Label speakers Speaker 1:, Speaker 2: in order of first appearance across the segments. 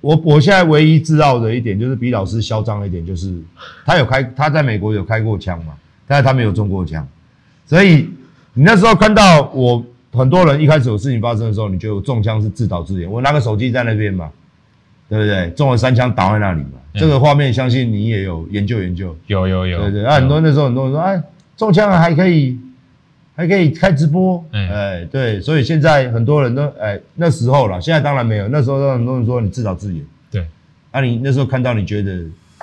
Speaker 1: 我我现在唯一知道的一点就是比老师嚣张的一点就是，他有开他在美国有开过枪嘛，但是他没有中过枪，所以你那时候看到我很多人一开始有事情发生的时候，你觉得我中枪是自导自演，我拿个手机在那边嘛，对不对？中了三枪倒在那里嘛，
Speaker 2: 嗯
Speaker 1: 这个画面相信你也有研究研究，
Speaker 2: 有有有，
Speaker 1: 对对，啊，很多那时候很多人说，哎，中枪了还可以，还可以开直播，
Speaker 2: 嗯
Speaker 1: 哎，对，所以现在很多人都，哎，那时候啦，现在当然没有，那时候很多人说你自导自演，
Speaker 2: 对，
Speaker 1: 啊，你那时候看到你觉得，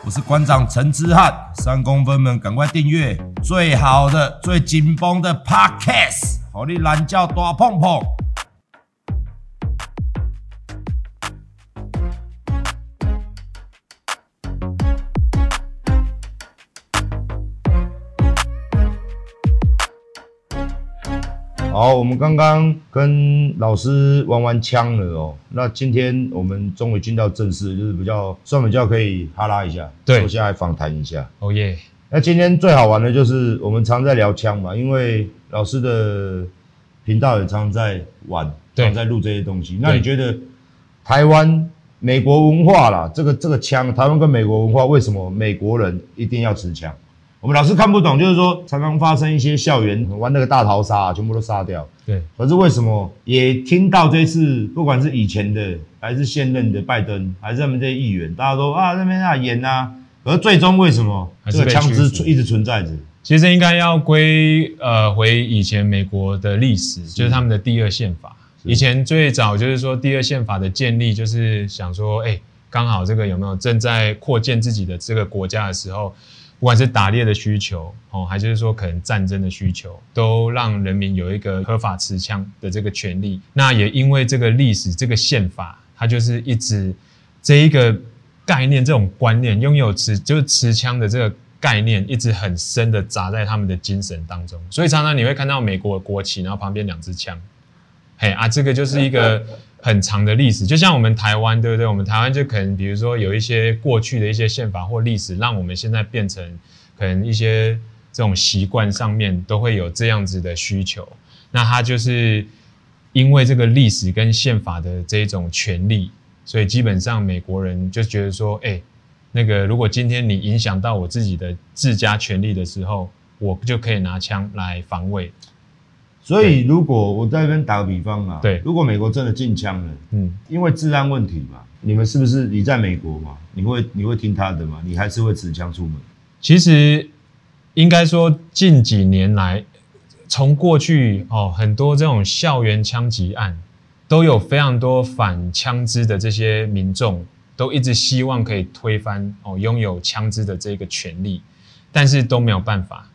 Speaker 1: 我是馆长陈之汉，三公分们赶快订阅最好的、最紧绷的 Podcast，好你懒觉大碰碰。好，我们刚刚跟老师玩完枪了哦。那今天我们终于进到正式，就是比较算比较可以哈拉一下，
Speaker 2: 对
Speaker 1: 坐下来访谈一下。
Speaker 2: 哦耶，
Speaker 1: 那今天最好玩的就是我们常在聊枪嘛，因为老师的频道也常在玩，
Speaker 2: 对
Speaker 1: 常在录这些东西。那
Speaker 2: 对
Speaker 1: 你觉得台湾、美国文化啦，这个这个枪，台湾跟美国文化为什么美国人一定要持枪？我们老是看不懂，就是说常常发生一些校园玩那个大逃杀、全部都杀掉。
Speaker 2: 对，
Speaker 1: 可是为什么也听到这次，不管是以前的还是现任的拜登，还是他们这些议员，大家都啊那边啊演啊，可是最终为什么
Speaker 2: 还
Speaker 1: 这
Speaker 2: 是
Speaker 1: 个
Speaker 2: 被
Speaker 1: 枪
Speaker 2: 屈
Speaker 1: 支
Speaker 2: 服
Speaker 1: 存一直存在着？
Speaker 2: 其实应该要归呃回以前美国的历史，就是他们的第二宪法。
Speaker 1: 是
Speaker 2: 以前最早就是说第二宪法的建立，就是想说，哎、刚好这个有没有正在扩建自己的这个国家的时候，不管是打猎的需求哦，还是说可能战争的需求，都让人民有一个合法持枪的这个权利。那也因为这个历史这个宪法，它就是一直这一个概念、这种观念，拥有持就是持枪的这个概念，一直很深的砸在他们的精神当中。所以常常你会看到美国的国旗，然后旁边两支枪，嘿啊，这个就是一个很长的历史。就像我们台湾，对不对？我们台湾就可能比如说有一些过去的一些宪法或历史，让我们现在变成可能一些这种习惯上面都会有这样子的需求。那它就是因为这个历史跟宪法的这种权利，所以基本上美国人就觉得说，哎、那个如果今天你影响到我自己的自家权利的时候，我就可以拿枪来防卫。
Speaker 1: 所以如果我在这边打个比方啊，
Speaker 2: 对
Speaker 1: 如果美国真的禁枪了，
Speaker 2: 嗯，
Speaker 1: 因为治安问题嘛，你们是不是你在美国嘛？你会你会听他的嘛？你还是会持枪出门？
Speaker 2: 其实应该说近几年来，从过去哦很多这种校园枪击案，都有非常多反枪支的这些民众，都一直希望可以推翻哦拥有枪支的这个权利，但是都没有办法。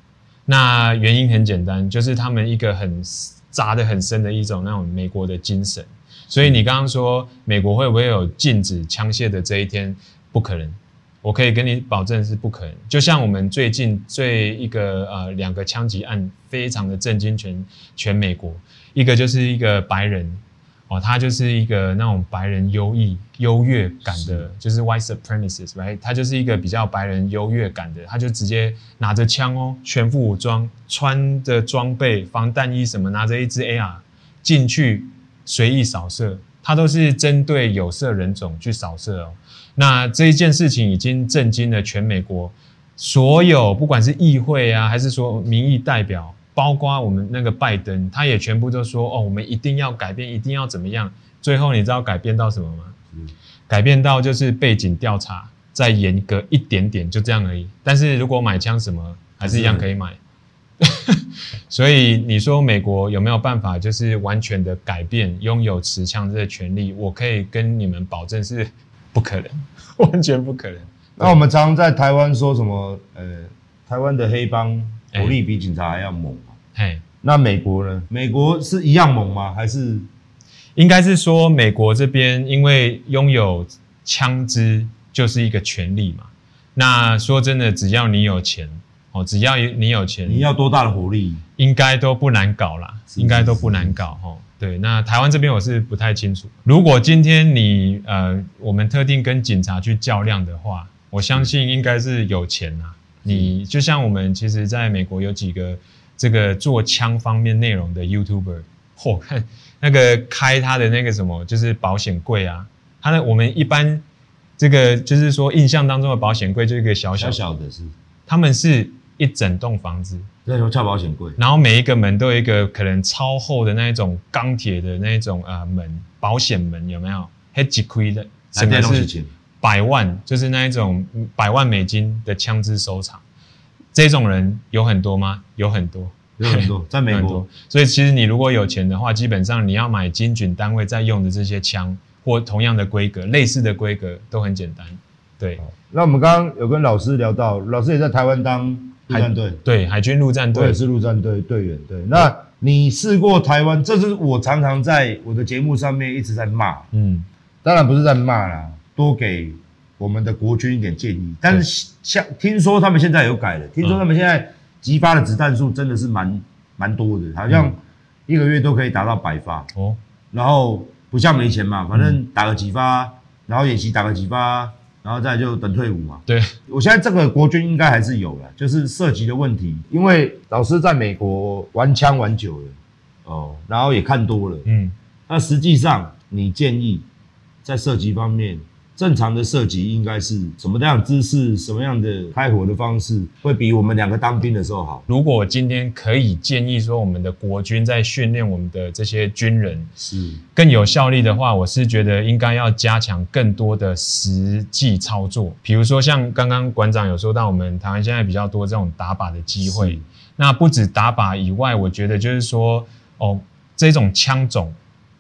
Speaker 2: 那原因很简单，就是他们一个很扎得很深的一种那种美国的精神。所以你刚刚说美国会不会有禁止枪械的这一天？不可能，我可以跟你保证是不可能。就像我们最近最一个呃两个枪击案，非常的震惊全全美国。一个就是一个白人哦，他就是一个那种白人优异优越感的，就是 white supremacist，right？他就是一个比较白人优越感的，他就直接拿着枪哦，全副武装，穿着装备、防弹衣什么，拿着一支 AR 进去随意扫射，他都是针对有色人种去扫射哦。那这一件事情已经震惊了全美国，所有不管是议会啊，还是说民意代表，包括我们那个拜登，他也全部都说哦，我们一定要改变，一定要怎么样。最后你知道改变到什么吗？改变到就是背景调查再严格一点点，就这样而已。但是如果买枪什么，还是一样可以买。所以你说美国有没有办法就是完全的改变拥有持枪这个权利？我可以跟你们保证是不可能， 完全不可能。
Speaker 1: 那我们常常在台湾说什么？呃，台湾的黑帮
Speaker 2: 哎
Speaker 1: 武力比警察还要猛嘛？
Speaker 2: 嘿，
Speaker 1: 那美国呢？美国是一样猛吗？还是
Speaker 2: 应该是说美国这边因为拥有枪支就是一个权利嘛。那说真的，只要你有钱哦，只要你有钱，
Speaker 1: 你要多大的火力？
Speaker 2: 应该都不难搞啦，
Speaker 1: 是
Speaker 2: 应该都不难搞哦。对，那台湾这边我是不太清楚。如果今天你呃，我们特定跟警察去较量的话，我相信应该是有钱啊。你就像我们其实在美国有几个这个做枪方面内容的 YouTuber，嚯、 看那个开他的那个什么，就是保险柜啊，他的我们一般这个就是说印象当中的保险柜就是一个小小
Speaker 1: 小
Speaker 2: 的，
Speaker 1: 小的是，
Speaker 2: 他们是一整栋房子，
Speaker 1: 那时候撬保险柜，
Speaker 2: 然后每一个门都有一个可能超厚的那一种钢铁的那一种呃门，保险门有没有？还几亏 E 的，
Speaker 1: 还
Speaker 2: 整
Speaker 1: 带
Speaker 2: 个
Speaker 1: 东西
Speaker 2: 是
Speaker 1: 钱，
Speaker 2: 百万，就是那一种嗯百万美金的枪支收藏。这种人有很多吗？有很多，
Speaker 1: 有很 多，在美
Speaker 2: 很
Speaker 1: 国
Speaker 2: 多。所以其实你如果有钱的话，基本上你要买精准单位在用的这些枪，或同样的规格、类似的规格都很简单。对
Speaker 1: 那我们刚刚有跟老师聊到，老师也在台湾当陆战队，
Speaker 2: 对，海军陆战
Speaker 1: 我
Speaker 2: 队
Speaker 1: 也是陆战队队员。对，那你试过台湾？这是我常常在我的节目上面一直在骂，
Speaker 2: 嗯，
Speaker 1: 当然不是在骂啦，多给我们的国军一点建议。但是像听说他们现在有改了，听说他们现在激发的子弹数真的是蛮蛮多的，好像
Speaker 2: 嗯
Speaker 1: 一个月都可以达到百发。
Speaker 2: 哦，
Speaker 1: 然后不像没钱嘛，反正打个几发，然后演习打个几发，然后再就等退伍嘛。
Speaker 2: 对，
Speaker 1: 我现在这个国军应该还是有了，就是涉及的问题，因为老师在美国玩枪玩久了，哦，然后也看多了。
Speaker 2: 嗯
Speaker 1: 那实际上，你建议在射击方面，正常的射击应该是什么样的姿势、什么样的开火的方式，会比我们两个当兵的时候好？
Speaker 2: 如果今天可以建议说，我们的国军在训练我们的这些军人
Speaker 1: 是
Speaker 2: 更有效率的话，我是觉得应该要加强更多的实际操作，比如说像刚刚馆长有说到，我们台湾现在比较多这种打靶的机会
Speaker 1: 是。
Speaker 2: 那不止打靶以外，我觉得就是说，哦，这种枪种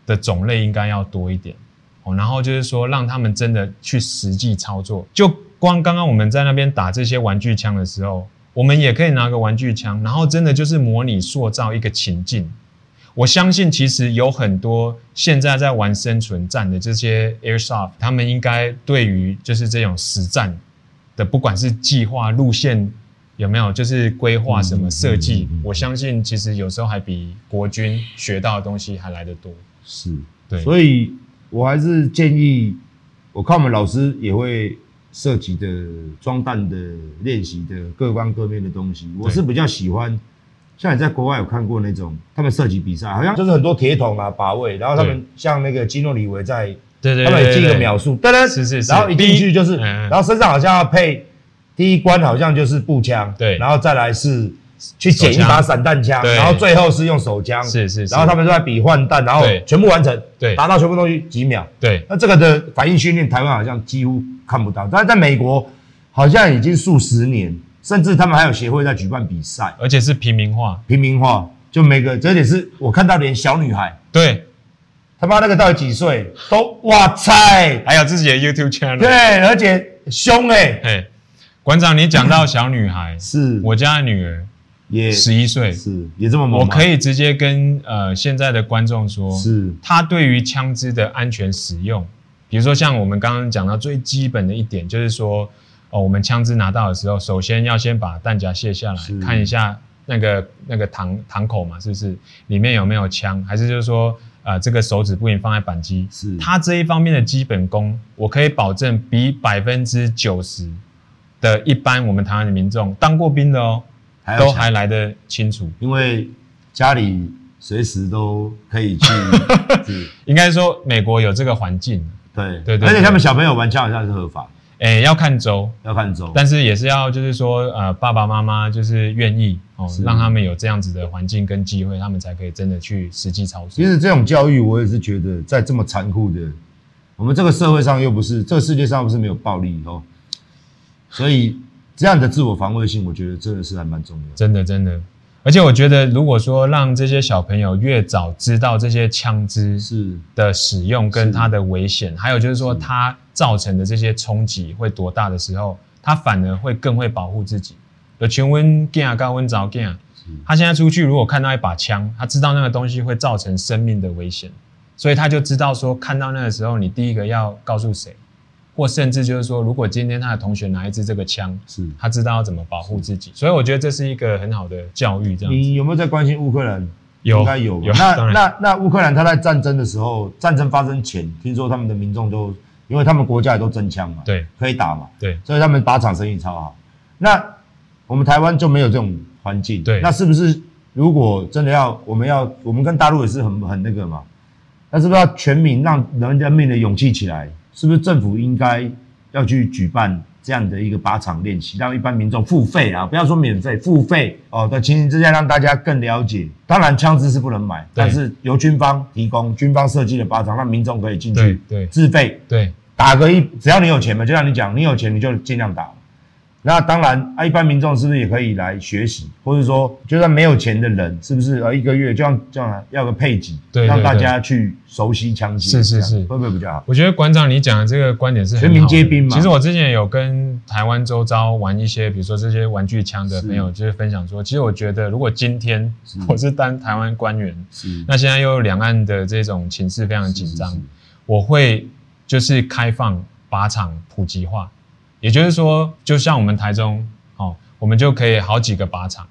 Speaker 2: 的种类应该要多一点哦，然后就是说让他们真的去实际操作。就光刚刚我们在那边打这些玩具枪的时候，我们也可以拿个玩具枪，然后真的就是模拟塑造一个情境。我相信其实有很多现在在玩生存战的这些 airsoft，他们应该对于就是这种实战的，不管是计划路线有没有，就是规划什么
Speaker 1: 嗯
Speaker 2: 设计，
Speaker 1: 嗯嗯嗯
Speaker 2: 我相信其实有时候还比国军学到的东西还来得多。
Speaker 1: 是，
Speaker 2: 对，
Speaker 1: 所以我还是建议，我看我们老师也会涉及的装弹的练习的各方各面的东西，我是比较喜欢。像你在国外有看过那种他们射击比赛，好像就是很多铁桶啊、靶位，然后他们像那个基诺里维在
Speaker 2: 对对对
Speaker 1: 他们也记一个
Speaker 2: 对
Speaker 1: 秒数，噔噔，
Speaker 2: 是是是
Speaker 1: 然后一进去就是，
Speaker 2: 第一嗯
Speaker 1: 然后身上好像要配第一关好像就是步枪，
Speaker 2: 对
Speaker 1: 然后再来是去捡一把
Speaker 2: 手枪
Speaker 1: 散弹枪，
Speaker 2: 对
Speaker 1: 然后最后是用手枪，
Speaker 2: 是是是
Speaker 1: 然后他们都在比换弹，然后
Speaker 2: 对
Speaker 1: 全部完成，
Speaker 2: 对
Speaker 1: 达到全部东西几秒。
Speaker 2: 对
Speaker 1: 那这个的反应训练，台湾好像几乎看不到，但是在美国好像已经数十年，甚至他们还有协会在举办比赛，
Speaker 2: 而且是平民化，
Speaker 1: 平民化，就每个，这也是我看到连小女孩。
Speaker 2: 对，
Speaker 1: 他妈那个到底几岁都哇塞，
Speaker 2: 还有自己的 YouTube channel。
Speaker 1: 对，而且凶哎、
Speaker 2: 哎，馆长，你讲到小女孩，
Speaker 1: 是
Speaker 2: 我家的女儿
Speaker 1: 也
Speaker 2: 十一岁，
Speaker 1: 是也这么猛
Speaker 2: 我
Speaker 1: 吗，
Speaker 2: 可以直接跟呃现在的观众说，
Speaker 1: 是
Speaker 2: 他对于枪支的安全使用，比如说像我们刚刚讲到最基本的一点，就是说哦，我们枪支拿到的时候，首先要先把弹夹卸下来
Speaker 1: 是，
Speaker 2: 看一下那个那个膛膛口嘛，是不是里面有没有枪，还是就是说呃这个手指不能放在扳机，
Speaker 1: 是
Speaker 2: 他这一方面的基本功，我可以保证比百分之九十的一般我们台湾的民众当过兵的哦，
Speaker 1: 还要
Speaker 2: 都
Speaker 1: 强
Speaker 2: 还来得清楚。
Speaker 1: 因为家里随时都可以 去，是
Speaker 2: 应该说美国有这个环境，
Speaker 1: 对
Speaker 2: 对对
Speaker 1: 而且他们小朋友玩枪好像是合法，
Speaker 2: 哎，要看州，
Speaker 1: 要看州，
Speaker 2: 但是也是要就是说，呃，爸爸妈妈就是愿意哦
Speaker 1: 是，
Speaker 2: 让他们有这样子的环境跟机会，他们才可以真的去实际操
Speaker 1: 其
Speaker 2: 作。
Speaker 1: 实这种教育，我也是觉得，在这么残酷的，我们这个社会上又不是这个世界上不是没有暴力哦，所以这样的自我防卫性，我觉得真的是还蛮重要的。
Speaker 2: 真的真的，而且我觉得，如果说让这些小朋友越早知道这些枪支
Speaker 1: 是
Speaker 2: 的使用
Speaker 1: 是
Speaker 2: 跟它的危险，还有就是说
Speaker 1: 是
Speaker 2: 它造成的这些冲击会多大的时候，他反而会更会保护自己。有全温健啊，高温早健啊，他现在出去如果看到一把枪，他知道那个东西会造成生命的危险，所以他就知道说看到那个时候你第一个要告诉谁，或甚至就是说，如果今天他的同学拿一支这个枪，
Speaker 1: 是
Speaker 2: 他知道要怎么保护自己，所以我觉得这是一个很好的教育，这样子
Speaker 1: 你有没有在关心乌克兰？嗯
Speaker 2: 有
Speaker 1: 应该有吧。
Speaker 2: 有
Speaker 1: 那
Speaker 2: 当然
Speaker 1: 那那乌克兰他在战争的时候，战争发生前，听说他们的民众都因为他们国家也都真枪嘛，，
Speaker 2: 对
Speaker 1: 可以打嘛，
Speaker 2: 对
Speaker 1: 所以他们靶场生意超好。那我们台湾就没有这种环境，
Speaker 2: 对
Speaker 1: 那是不是如果真的要我们要我们跟大陆也是很很那个嘛？那是不是要全民让人人民的勇气起来？是不是政府应该要去举办这样的一个靶场练习，让一般民众付费啊，不要说免费，付费哦的情形之下，让大家更了解。当然，枪支是不能买，
Speaker 2: 对
Speaker 1: 但是由军方提供，军方设计的靶场，让民众可以进
Speaker 2: 对
Speaker 1: 去
Speaker 2: 对
Speaker 1: 自费
Speaker 2: 对
Speaker 1: 打个一，只要你有钱嘛，就像你讲，你有钱你就尽量打。那当然，啊，一般民众是不是也可以来学习，或者说，就算没有钱的人，是不是呃一个月就像这样要个配给，
Speaker 2: 对对
Speaker 1: 让大家去熟悉枪械，
Speaker 2: 是是是
Speaker 1: 这样会不会比较好？
Speaker 2: 我觉得馆长你讲的这个观点是很好的
Speaker 1: 全民皆兵嘛
Speaker 2: 其实我之前有跟台湾周遭玩一些，比如说这些玩具枪的
Speaker 1: 是
Speaker 2: 朋友，就是分享说，其实我觉得如果今天
Speaker 1: 是
Speaker 2: 我是当台湾官员，
Speaker 1: 是
Speaker 2: 那现在又两岸的这种情势非常紧张，
Speaker 1: 是是
Speaker 2: 我会就是开放靶场普及化，也就是说，就像我们台中哦，我们就可以好几个靶场，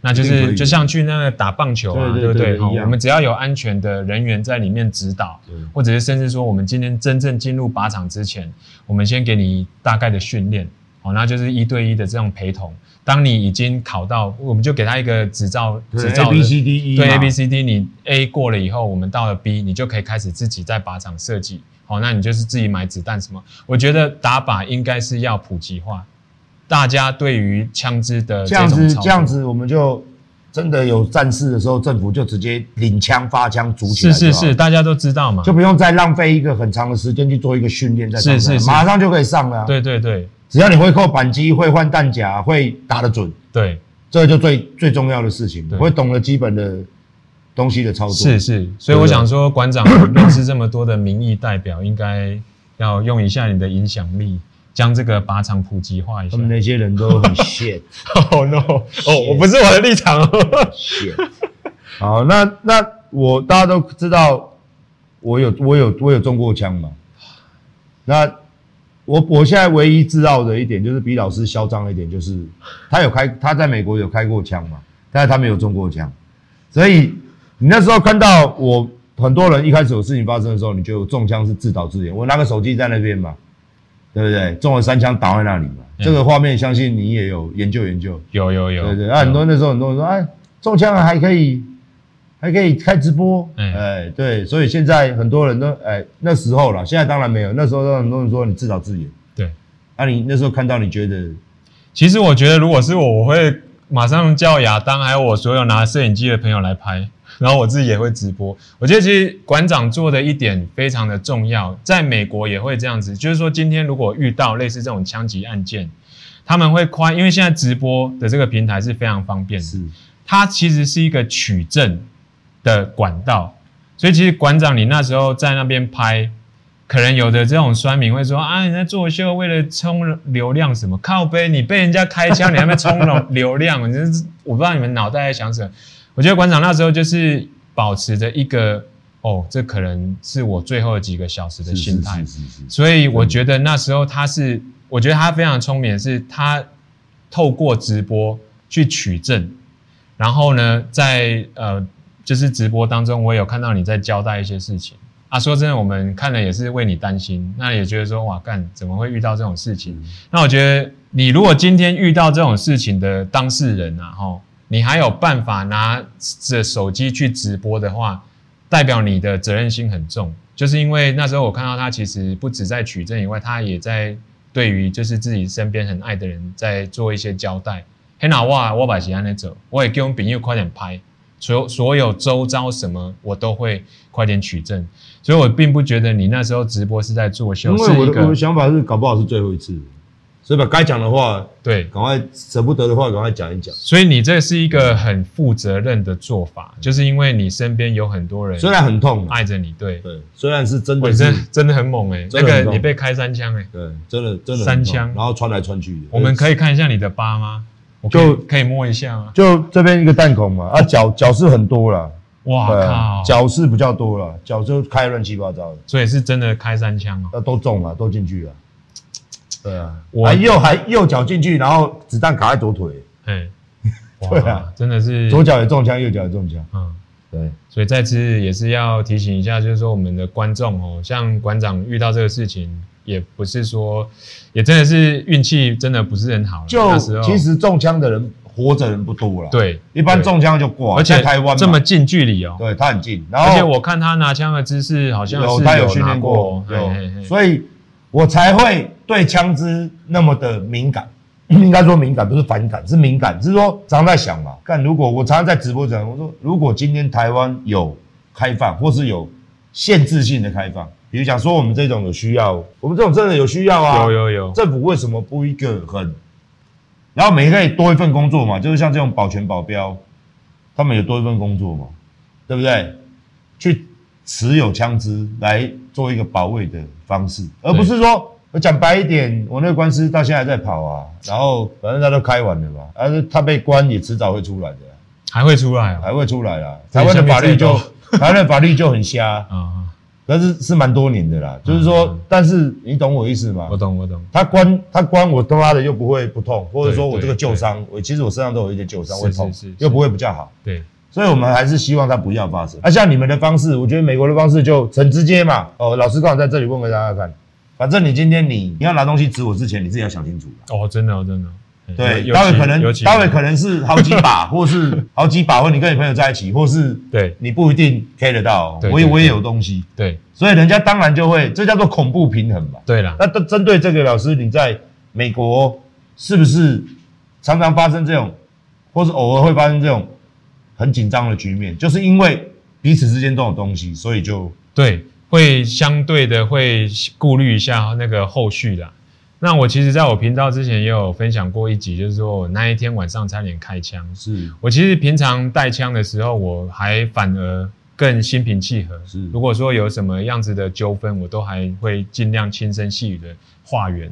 Speaker 2: 那就
Speaker 1: 一定可
Speaker 2: 是
Speaker 1: 以
Speaker 2: 就像去那个打棒球
Speaker 1: 对
Speaker 2: 啊，对
Speaker 1: 对
Speaker 2: 不
Speaker 1: 对
Speaker 2: 对？
Speaker 1: 一
Speaker 2: 哦
Speaker 1: 样
Speaker 2: 我们只要有安全的人员在里面指导，
Speaker 1: 对
Speaker 2: 或者是甚至说，我们今天真正进入靶场之前，我们先给你大概的训练，哦，那就是一对一的这种陪同。当你已经考到，我们就给他一个执照，执
Speaker 1: 对
Speaker 2: 照
Speaker 1: ，A
Speaker 2: 的
Speaker 1: B C D E，
Speaker 2: 对 A B C D，你 A 过了以后，我们到了 B，你就可以开始自己在靶场设计。好，那你就是自己买子弹什么？我觉得打靶应该是要普及化，大家对于枪支的
Speaker 1: 这样
Speaker 2: 种
Speaker 1: 子
Speaker 2: 操作
Speaker 1: 这样，子，我们就真的有战事的时候，政府就直接领枪发枪组起
Speaker 2: 是
Speaker 1: 来，
Speaker 2: 是是，，大家都知道嘛
Speaker 1: 就。不用再浪费一个很长的时间去做一个训练，在
Speaker 2: 是是是
Speaker 1: 马上就可以上了啊、
Speaker 2: 对对对
Speaker 1: 只要你会扣扳机，会换弹夹，会打得准，
Speaker 2: 对，
Speaker 1: 这就最最重要的事情
Speaker 2: 对。
Speaker 1: 会懂得基本的东西的操作。
Speaker 2: 是是，所以我想说，馆长认识这么多的民意代表，应该要用一下你的影响力，将这个靶场普及化一下
Speaker 1: 他。们那些人都很 shit
Speaker 2: Oh no！哦， 我不是我的立 场哦。
Speaker 1: shit。好，那那我大家都知道，我有我有我有中过枪嘛。那我我现在唯一自傲的一点就是比老师嚣张的一点，就是他有开他在美国有开过枪嘛，但是他没有中过枪，所以你那时候看到我很多人一开始有事情发生的时候，你觉得我中枪是自导自演，我拿个手机在那边嘛，对不对？中了三枪倒在那里嘛，
Speaker 2: 嗯
Speaker 1: 这个画面相信你也有研究研究。
Speaker 2: 有有有，
Speaker 1: 对对，啊，很多那时候很多人说，哎，中枪还可以，还可以开直播，
Speaker 2: 嗯
Speaker 1: 哎，对，所以现在很多人都，哎，那时候了，现在当然没有，那时候很多人说你自导自演，
Speaker 2: 对。
Speaker 1: 啊，你那时候看到你觉得，
Speaker 2: 其实我觉得，如果是我，我会马上叫亚当还有我所有拿摄影机的朋友来拍，然后我自己也会直播。我觉得其实馆长做的一点非常的重要，在美国也会这样子，就是说今天如果遇到类似这种枪击案件，他们会快，因为现在直播的这个平台是非常方便的，它其实是一个取证的管道，所以其实馆长你那时候在那边拍，可能有的这种酸民会说啊，你在作秀，为了冲流量什么靠背，你被人家开枪，你还没冲流流量，你真是我不知道你们脑袋在想什么。我觉得馆长那时候就是保持着一个哦，这可能是我最后几个小时的心态，
Speaker 1: 是是
Speaker 2: 所以我觉得那时候他是，我觉得他非常聪明，是他透过直播去取证，然后呢，在呃就是直播当中，我有看到你在交代一些事情啊。说真的，我们看了也是为你担心，那也觉得说哇干怎么会遇到这种事情？那我觉得你如果今天遇到这种事情的当事人啊，吼，你还有办法拿着手机去直播的话，代表你的责任心很重。就是因为那时候我看到他其实不止在取证以外，他也在对于就是自己身边很爱的人在做一些交代。嘿，那我我把其他那走，我也给我们朋友快点拍，所所有周遭什么我都会快点取证。所以我并不觉得你那时候直播是在作秀，
Speaker 1: 因
Speaker 2: 是
Speaker 1: 为我
Speaker 2: 一
Speaker 1: 的我
Speaker 2: 个
Speaker 1: 的想法是，搞不好是最后一次，所以把该讲的话，
Speaker 2: 对
Speaker 1: 赶快舍不得的话，赶快讲一讲。
Speaker 2: 所以你这是一个很负责任的做法，就是因为你身边有很多人
Speaker 1: 嗯虽然很痛，啊
Speaker 2: 爱着你，对，
Speaker 1: 对，虽然是真
Speaker 2: 我
Speaker 1: 的是
Speaker 2: 真，真的很猛哎、
Speaker 1: 真
Speaker 2: 那
Speaker 1: 的很
Speaker 2: 个
Speaker 1: 猛
Speaker 2: 你被开三枪哎、
Speaker 1: 对，真的真的很痛
Speaker 2: 三枪
Speaker 1: 然后穿来穿去的。
Speaker 2: 我们可以看一下你的疤吗？我可以
Speaker 1: 就
Speaker 2: 可以摸一下吗？
Speaker 1: 就这边一个弹孔嘛，啊，脚脚是很多了。
Speaker 2: 哇
Speaker 1: 对啊
Speaker 2: 靠，，
Speaker 1: 脚是比较多了，脚就开乱七八糟的，
Speaker 2: 所以是真的开三枪哦、
Speaker 1: 那都中了，都进去了。对啊，
Speaker 2: 我
Speaker 1: 还右还右脚进去，然后子弹卡在左腿，
Speaker 2: 哎，
Speaker 1: 对啊，
Speaker 2: 真的是
Speaker 1: 左，脚也中枪，右脚也中枪。
Speaker 2: 嗯，
Speaker 1: 对，
Speaker 2: 所以在此也是要提醒一下，就是说我们的观众哦，像馆长遇到这个事情，也不是说，也真的是运气真的不是很好啦，
Speaker 1: 就
Speaker 2: 那时候
Speaker 1: 其实中枪的人活着人不多了，，
Speaker 2: 对，
Speaker 1: 一般
Speaker 2: 对，
Speaker 1: 中枪就挂，
Speaker 2: 而且
Speaker 1: 在台湾嘛
Speaker 2: 这么近距离哦，
Speaker 1: 对，他很近，然后
Speaker 2: 而且我看他拿枪的姿势好像
Speaker 1: 有
Speaker 2: 是
Speaker 1: 他有
Speaker 2: 拿
Speaker 1: 训练过，
Speaker 2: 嘿嘿
Speaker 1: 有，
Speaker 2: 嘿
Speaker 1: 所以我才会对枪支那么的敏感。应该说敏感不是反感，是敏感，是说常常在想嘛。看，如果我常常在直播讲，我说如果今天台湾有开放，或是有限制性的开放，比如讲说我们这种有需要，我们这种真的有需要啊，
Speaker 2: 有有有，
Speaker 1: 政府为什么不一个很，然后每个人多一份工作嘛，就是像这种保全保镖，他们有多一份工作嘛，对不对？去持有枪支来做一个保卫的方式，而不是说我讲白一点，我那个官司到现在还在跑啊，然后反正他都开完了嘛，而、啊、他被关也迟早会出来的啊、
Speaker 2: 还会出来哦，
Speaker 1: 还会出来啦。
Speaker 2: 所
Speaker 1: 台
Speaker 2: 以
Speaker 1: 湾的
Speaker 2: 下面
Speaker 1: 法律
Speaker 2: 这
Speaker 1: 就
Speaker 2: 一
Speaker 1: 台湾的法律就很瞎，
Speaker 2: 啊啊，
Speaker 1: 但是是蛮多年的啦，就是说
Speaker 2: 嗯，
Speaker 1: 但是你懂我意思吗？
Speaker 2: 我懂我懂，
Speaker 1: 他关他关我他妈的又不会不痛，或者说我这个
Speaker 2: 对对
Speaker 1: 旧伤，我其实我身上都有一些旧伤
Speaker 2: 是
Speaker 1: 会痛
Speaker 2: 是是，
Speaker 1: 又不会比较好，
Speaker 2: 对，
Speaker 1: 所以我们还是希望它不要发生。那、啊像你们的方式，我觉得美国的方式就很直接嘛。哦，老师刚好在这里问给大家看，反正你今天你你要拿东西指我之前，你自己要想清楚啦
Speaker 2: 哦，真的哦真的哦，嘿
Speaker 1: 对，
Speaker 2: 尤
Speaker 1: 待会
Speaker 2: 其
Speaker 1: 可
Speaker 2: 尤
Speaker 1: 能
Speaker 2: 其
Speaker 1: 待会可能是好几 把，或是好几把，或你跟你朋友在一起，或是
Speaker 2: 对
Speaker 1: 你不一定 carry 得到哦，
Speaker 2: 对
Speaker 1: 我也
Speaker 2: 对
Speaker 1: 我也
Speaker 2: 对
Speaker 1: 有东西，
Speaker 2: 对
Speaker 1: 所以人家当然就会，这叫做恐怖平衡嘛。
Speaker 2: 对啦，
Speaker 1: 那针针对这个老师，你在美国是不是常常发生这种，或是偶尔会发生这种很紧张的局面？就是因为彼此之间都有东西，所以就
Speaker 2: 对，会相对的会顾虑一下那个后续啦。那我其实在我频道之前也有分享过一集，就是说我那一天晚上差点开枪。
Speaker 1: 是
Speaker 2: 我其实平常带枪的时候，我还反而更心平气和。
Speaker 1: 是
Speaker 2: 如果说有什么样子的纠纷，我都还会尽量轻声细语的化缘。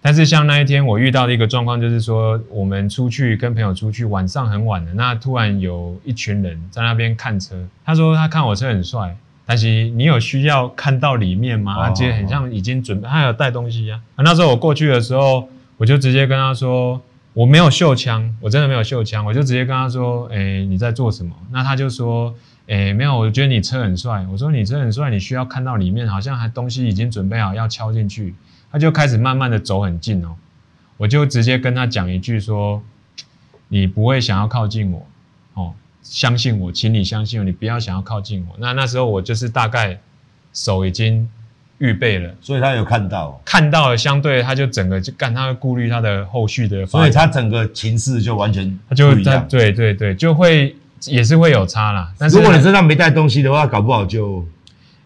Speaker 2: 但是像那一天我遇到的一个状况，就是说我们出去跟朋友出去，晚上很晚了，那突然有一群人在那边看车。他说他看我车很帅，但是你有需要看到里面吗？
Speaker 1: 哦
Speaker 2: 他其实很像已经准备，他有带东西啊。啊那时候我过去的时候，我就直接跟他说。我没有秀枪，我真的没有秀枪，我就直接跟他说：“哎、你在做什么？”那他就说：“哎、没有，我觉得你车很帅。”我说：“你车很帅，你需要看到里面，好像还东西已经准备好要敲进去。”他就开始慢慢的走很近哦，我就直接跟他讲一句说：“你不会想要靠近我，哦，相信我，请你相信我，你不要想要靠近我。”那那时候我就是大概手已经预备了，
Speaker 1: 所以他有看到，
Speaker 2: 看到了，相对他就整个就干，他会顾虑他的后续的发展，
Speaker 1: 所以他整个情势就完全
Speaker 2: 他就
Speaker 1: 不一
Speaker 2: 他
Speaker 1: 样。
Speaker 2: 对对对，就会也是会有差啦。但是
Speaker 1: 如果你身上没带东西的话，搞不好就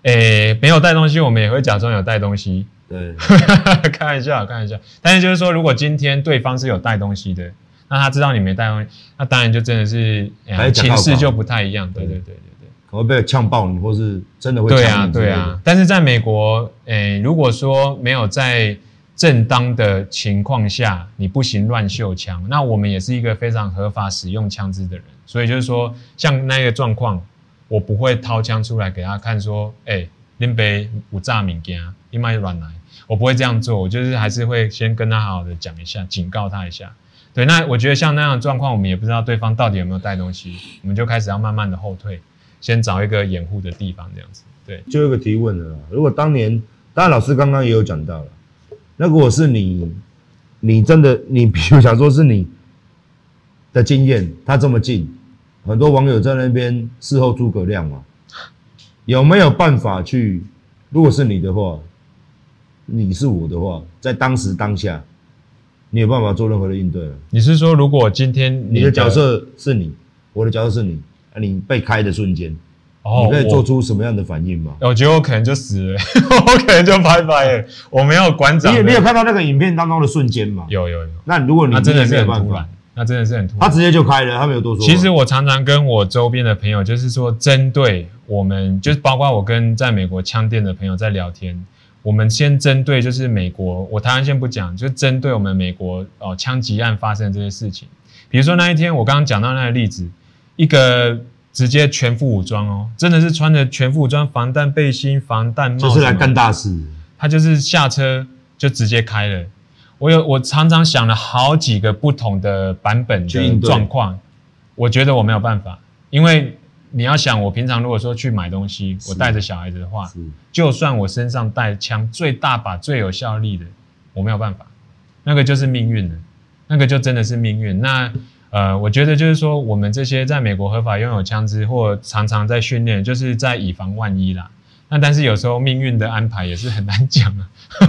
Speaker 2: 诶没有带东西，我们也会假装有带东西，
Speaker 1: 对
Speaker 2: 开玩笑，开玩笑。但是就是说，如果今天对方是有带东西的，那他知道你没带东西，那当然就真的是、哎呀
Speaker 1: 还有假告
Speaker 2: 情
Speaker 1: 白
Speaker 2: 势就不太一样。对对对对对。
Speaker 1: 可能会被呛爆你，或是真的会
Speaker 2: 对
Speaker 1: 呛
Speaker 2: 啊
Speaker 1: 你，之类
Speaker 2: 对
Speaker 1: 的
Speaker 2: 啊，。但是在美国，诶、如果说没有在正当的情况下，你不行乱秀枪，那我们也是一个非常合法使用枪支的人。所以就是说，像那个状况，我不会掏枪出来给他看，说，哎、林北有炸物件，你卖乱来，我不会这样做，我就是还是会先跟他好好的讲一下，警告他一下。对，那我觉得像那样的状况，我们也不知道对方到底有没有带东西，我们就开始要慢慢的后退，先找一个掩护的地方，这样子。对，
Speaker 1: 最后一个提问了啦。如果当年，当然老师刚刚也有讲到了，那如果是你，你真的你，比如想说是你的经验，他这么近，很多网友在那边事后诸葛亮嘛，有没有办法去？如果是你的话，你是我的话，在当时当下，你有办法做任何的应对了。
Speaker 2: 你是说，如果今天
Speaker 1: 你的角色是你，我的角色是你，啊，你被开的瞬间，
Speaker 2: 哦，
Speaker 1: 你可以做
Speaker 2: 我哦
Speaker 1: 出什么样的反应吗？
Speaker 2: 我觉得我可能就死了， 我可能就拜拜了。我没有馆长
Speaker 1: 你
Speaker 2: 的，
Speaker 1: 有你有看到那个影片当中的瞬间嘛？。
Speaker 2: 有有有，
Speaker 1: 那如果你
Speaker 2: 那真的
Speaker 1: 你
Speaker 2: 是
Speaker 1: 也没
Speaker 2: 很
Speaker 1: 有办
Speaker 2: 突
Speaker 1: 法
Speaker 2: 然，，那真的是很突然。
Speaker 1: 他直接就开了，他没有多说。
Speaker 2: 其实我常常跟我周边的朋友，就是说针对我们，就是包括我跟在美国枪店的朋友在聊天。我们先针对就是美国，我台湾先不讲，就针对我们美国哦枪击案发生的这些事情。比如说那一天我刚刚讲到那个例子，一个直接全副武装哦，真的是穿着全副武装，防弹背心、防弹帽，
Speaker 1: 就是来干大事，
Speaker 2: 他就是下车就直接开了。我有我常常想了好几个不同的版本
Speaker 1: 去
Speaker 2: 的
Speaker 1: 应对
Speaker 2: 状况，我觉得我没有办法，因为你要想，我平常如果说去买东西，我带着小孩子的话，
Speaker 1: 是
Speaker 2: 就算我身上带枪最大把、最有效力的，我没有办法，那个就是命运了，那个就真的是命运。那呃，我觉得就是说，我们这些在美国合法拥有枪支或常常在训练，就是在以防万一啦。那但是有时候命运的安排也是很难讲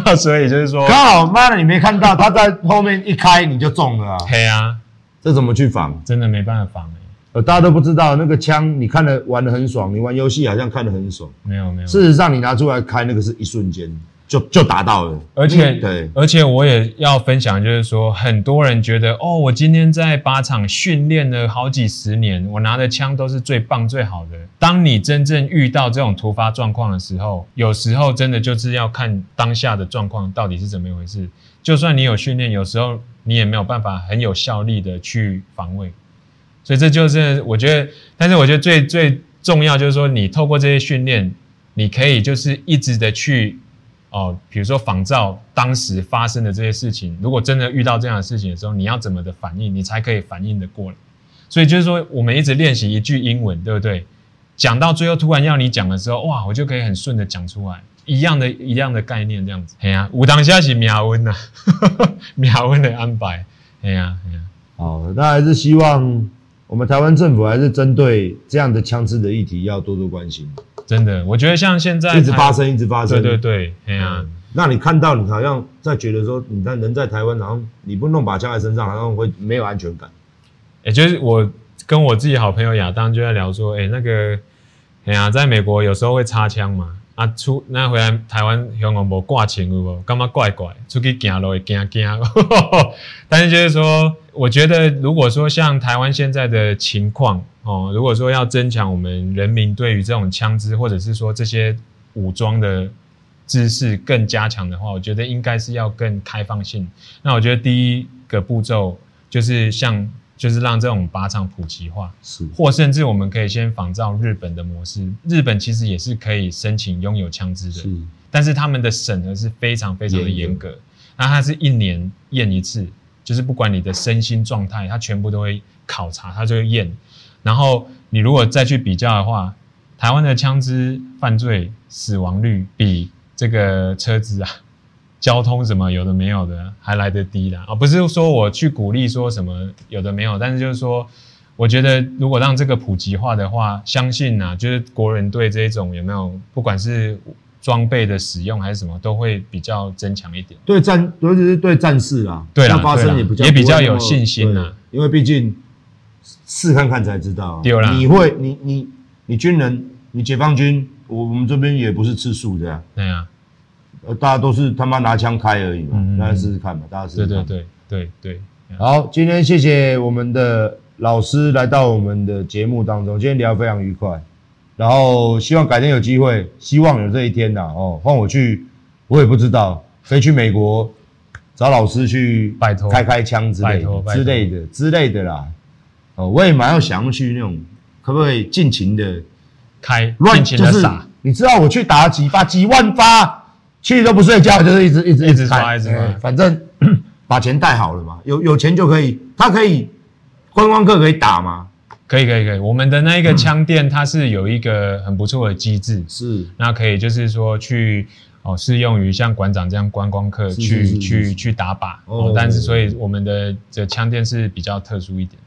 Speaker 2: 啊， 所以就是说，
Speaker 1: 刚好妈的你没看到，他在后面一开你就中了啊，
Speaker 2: 黑啊，
Speaker 1: 这怎么去防？
Speaker 2: 真的没办法防、欸，
Speaker 1: 呃，大家都不知道那个枪，你看的玩的很爽，你玩游戏好像看的很爽，
Speaker 2: 没有没有。
Speaker 1: 事实上你拿出来开那个是一瞬间就就达到了，
Speaker 2: 而且、
Speaker 1: 嗯对
Speaker 2: 而且我也要分享，就是说，很多人觉得哦，我今天在靶场训练了好几十年，我拿的枪都是最棒、最好的。当你真正遇到这种突发状况的时候，有时候真的就是要看当下的状况到底是怎么一回事。就算你有训练，有时候你也没有办法很有效力的去防卫。所以这就是我觉得，但是我觉得最最重要就是说，你透过这些训练，你可以就是一直的去哦，比如说仿照当时发生的这些事情，如果真的遇到这样的事情的时候，你要怎么的反应，你才可以反应的过来。所以就是说，我们一直练习一句英文，对不对？讲到最后突然要你讲的时候，哇，我就可以很顺的讲出来，一样的一样的概念这样子。哎呀、武当下是秒温呐， 秒温的安排。哎呀、哎呀、
Speaker 1: 好，那还是希望我们台湾政府还是针对这样的枪支的议题要多多关心，
Speaker 2: 真的，我觉得像现在
Speaker 1: 一直
Speaker 2: 台
Speaker 1: 发，生，一直发
Speaker 2: 对
Speaker 1: 生。
Speaker 2: 对对，哎呀、
Speaker 1: 嗯那你看到你好像在觉得说，你在人在台湾，好像你不弄把枪在身上，好像会没有安全感。
Speaker 2: 也就是我跟我自己好朋友亚当就在聊说，哎、那个，哎呀、在美国有时候会插枪嘛，啊出那回来台湾香港无挂钱有无？干嘛怪怪？出去行路会惊惊。 但是就是说，我觉得如果说像台湾现在的情况哦，如果说要增强我们人民对于这种枪支或者是说这些武装的知识更加强的话，我觉得应该是要更开放性。那我觉得第一个步骤就是像就是让这种靶场普及化，
Speaker 1: 是
Speaker 2: 或甚至我们可以先仿照日本的模式。日本其实也是可以申请拥有枪支的，但是他们的审核是非常非常的严格。那它是一年验一次，就是不管你的身心状态，它全部都会考察，它就会验。然后你如果再去比较的话，台湾的枪支犯罪死亡率比这个车子啊、交通什么有的没有的还来得低啦。啊，不是说我去鼓励说什么有的没有，但是就是说，我觉得如果让这个普及化的话，相信啊，就是国人对这种有没有，不管是装备的使用还是什么，都会比较增强一点。
Speaker 1: 对战，尤其是对战事啦，
Speaker 2: 对啦
Speaker 1: 要发
Speaker 2: 对
Speaker 1: 生
Speaker 2: 啦
Speaker 1: 也比较
Speaker 2: 也比
Speaker 1: 不会
Speaker 2: 较
Speaker 1: 那
Speaker 2: 有
Speaker 1: 么
Speaker 2: 信心啦，
Speaker 1: 对因为毕竟试看看才知道啊。
Speaker 2: 对啦
Speaker 1: 你会，你你你军人，你解放军，我我们这边也不是吃素的啊，
Speaker 2: 对啊，
Speaker 1: 呃，大家都是他妈拿枪开而已嘛
Speaker 2: 嗯嗯嗯，
Speaker 1: 大家试试看嘛，大家试试
Speaker 2: 对
Speaker 1: 看。
Speaker 2: 对对对对，
Speaker 1: 好，今天谢谢我们的老师来到我们的节目当中，今天聊得非常愉快，然后希望改天有机会，希望有这一天呐、哦，换我去，我也不知道，飞去美国找老师去
Speaker 2: 拜托
Speaker 1: 开开枪之类
Speaker 2: 拜托
Speaker 1: 的
Speaker 2: 拜
Speaker 1: 之
Speaker 2: 托
Speaker 1: 类的之类的啦。哦，我也蛮要想要去那种，可不可以尽情的
Speaker 2: 开
Speaker 1: 乱
Speaker 2: 尽情的
Speaker 1: 就是
Speaker 2: 撒，
Speaker 1: 你知道我去打几发几万发，去都不睡觉，就是一直一直
Speaker 2: 一直刷
Speaker 1: 开
Speaker 2: 一直刷
Speaker 1: 哎反正 把钱带好了嘛，有有钱就可以，他可以观光客可以打嘛，
Speaker 2: 可以可以可以。我们的那一个枪店，它是有一个很不错的机制，
Speaker 1: 是
Speaker 2: 那可以就是说去哦，适用于像馆长这样观光客
Speaker 1: 是
Speaker 2: 去
Speaker 1: 是是是
Speaker 2: 去
Speaker 1: 是
Speaker 2: 去打靶
Speaker 1: 哦
Speaker 2: 哦但是所以我们的这枪店是比较特殊一点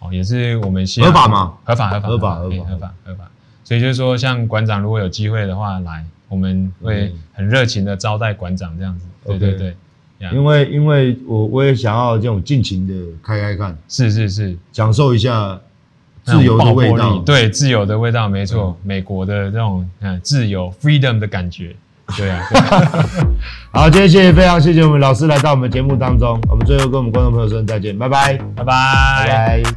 Speaker 2: 哦，也是我们希望
Speaker 1: 合法吗？
Speaker 2: 合法合法哎
Speaker 1: 合法
Speaker 2: 合
Speaker 1: 合法
Speaker 2: 合法合法。所以就是说，像馆长如果有机会的话来，我们会
Speaker 1: 嗯
Speaker 2: 很热情的招待馆长这样子。对
Speaker 1: OK
Speaker 2: 对对，呀
Speaker 1: 嗯因为因为我我也想要这种尽情的开开看，
Speaker 2: 是是是，
Speaker 1: 享受一下自由的味
Speaker 2: 那种爆破
Speaker 1: 道嗯
Speaker 2: 力。对，自由的味道，没错，美国的这种嗯自由 freedom 的感觉，对啊。对啊
Speaker 1: 好，今天谢谢非常谢谢我们老师来到我们节目当中，我们最后跟我们观众朋友说声再见，拜拜，
Speaker 2: 拜
Speaker 1: 拜
Speaker 2: 拜
Speaker 1: 拜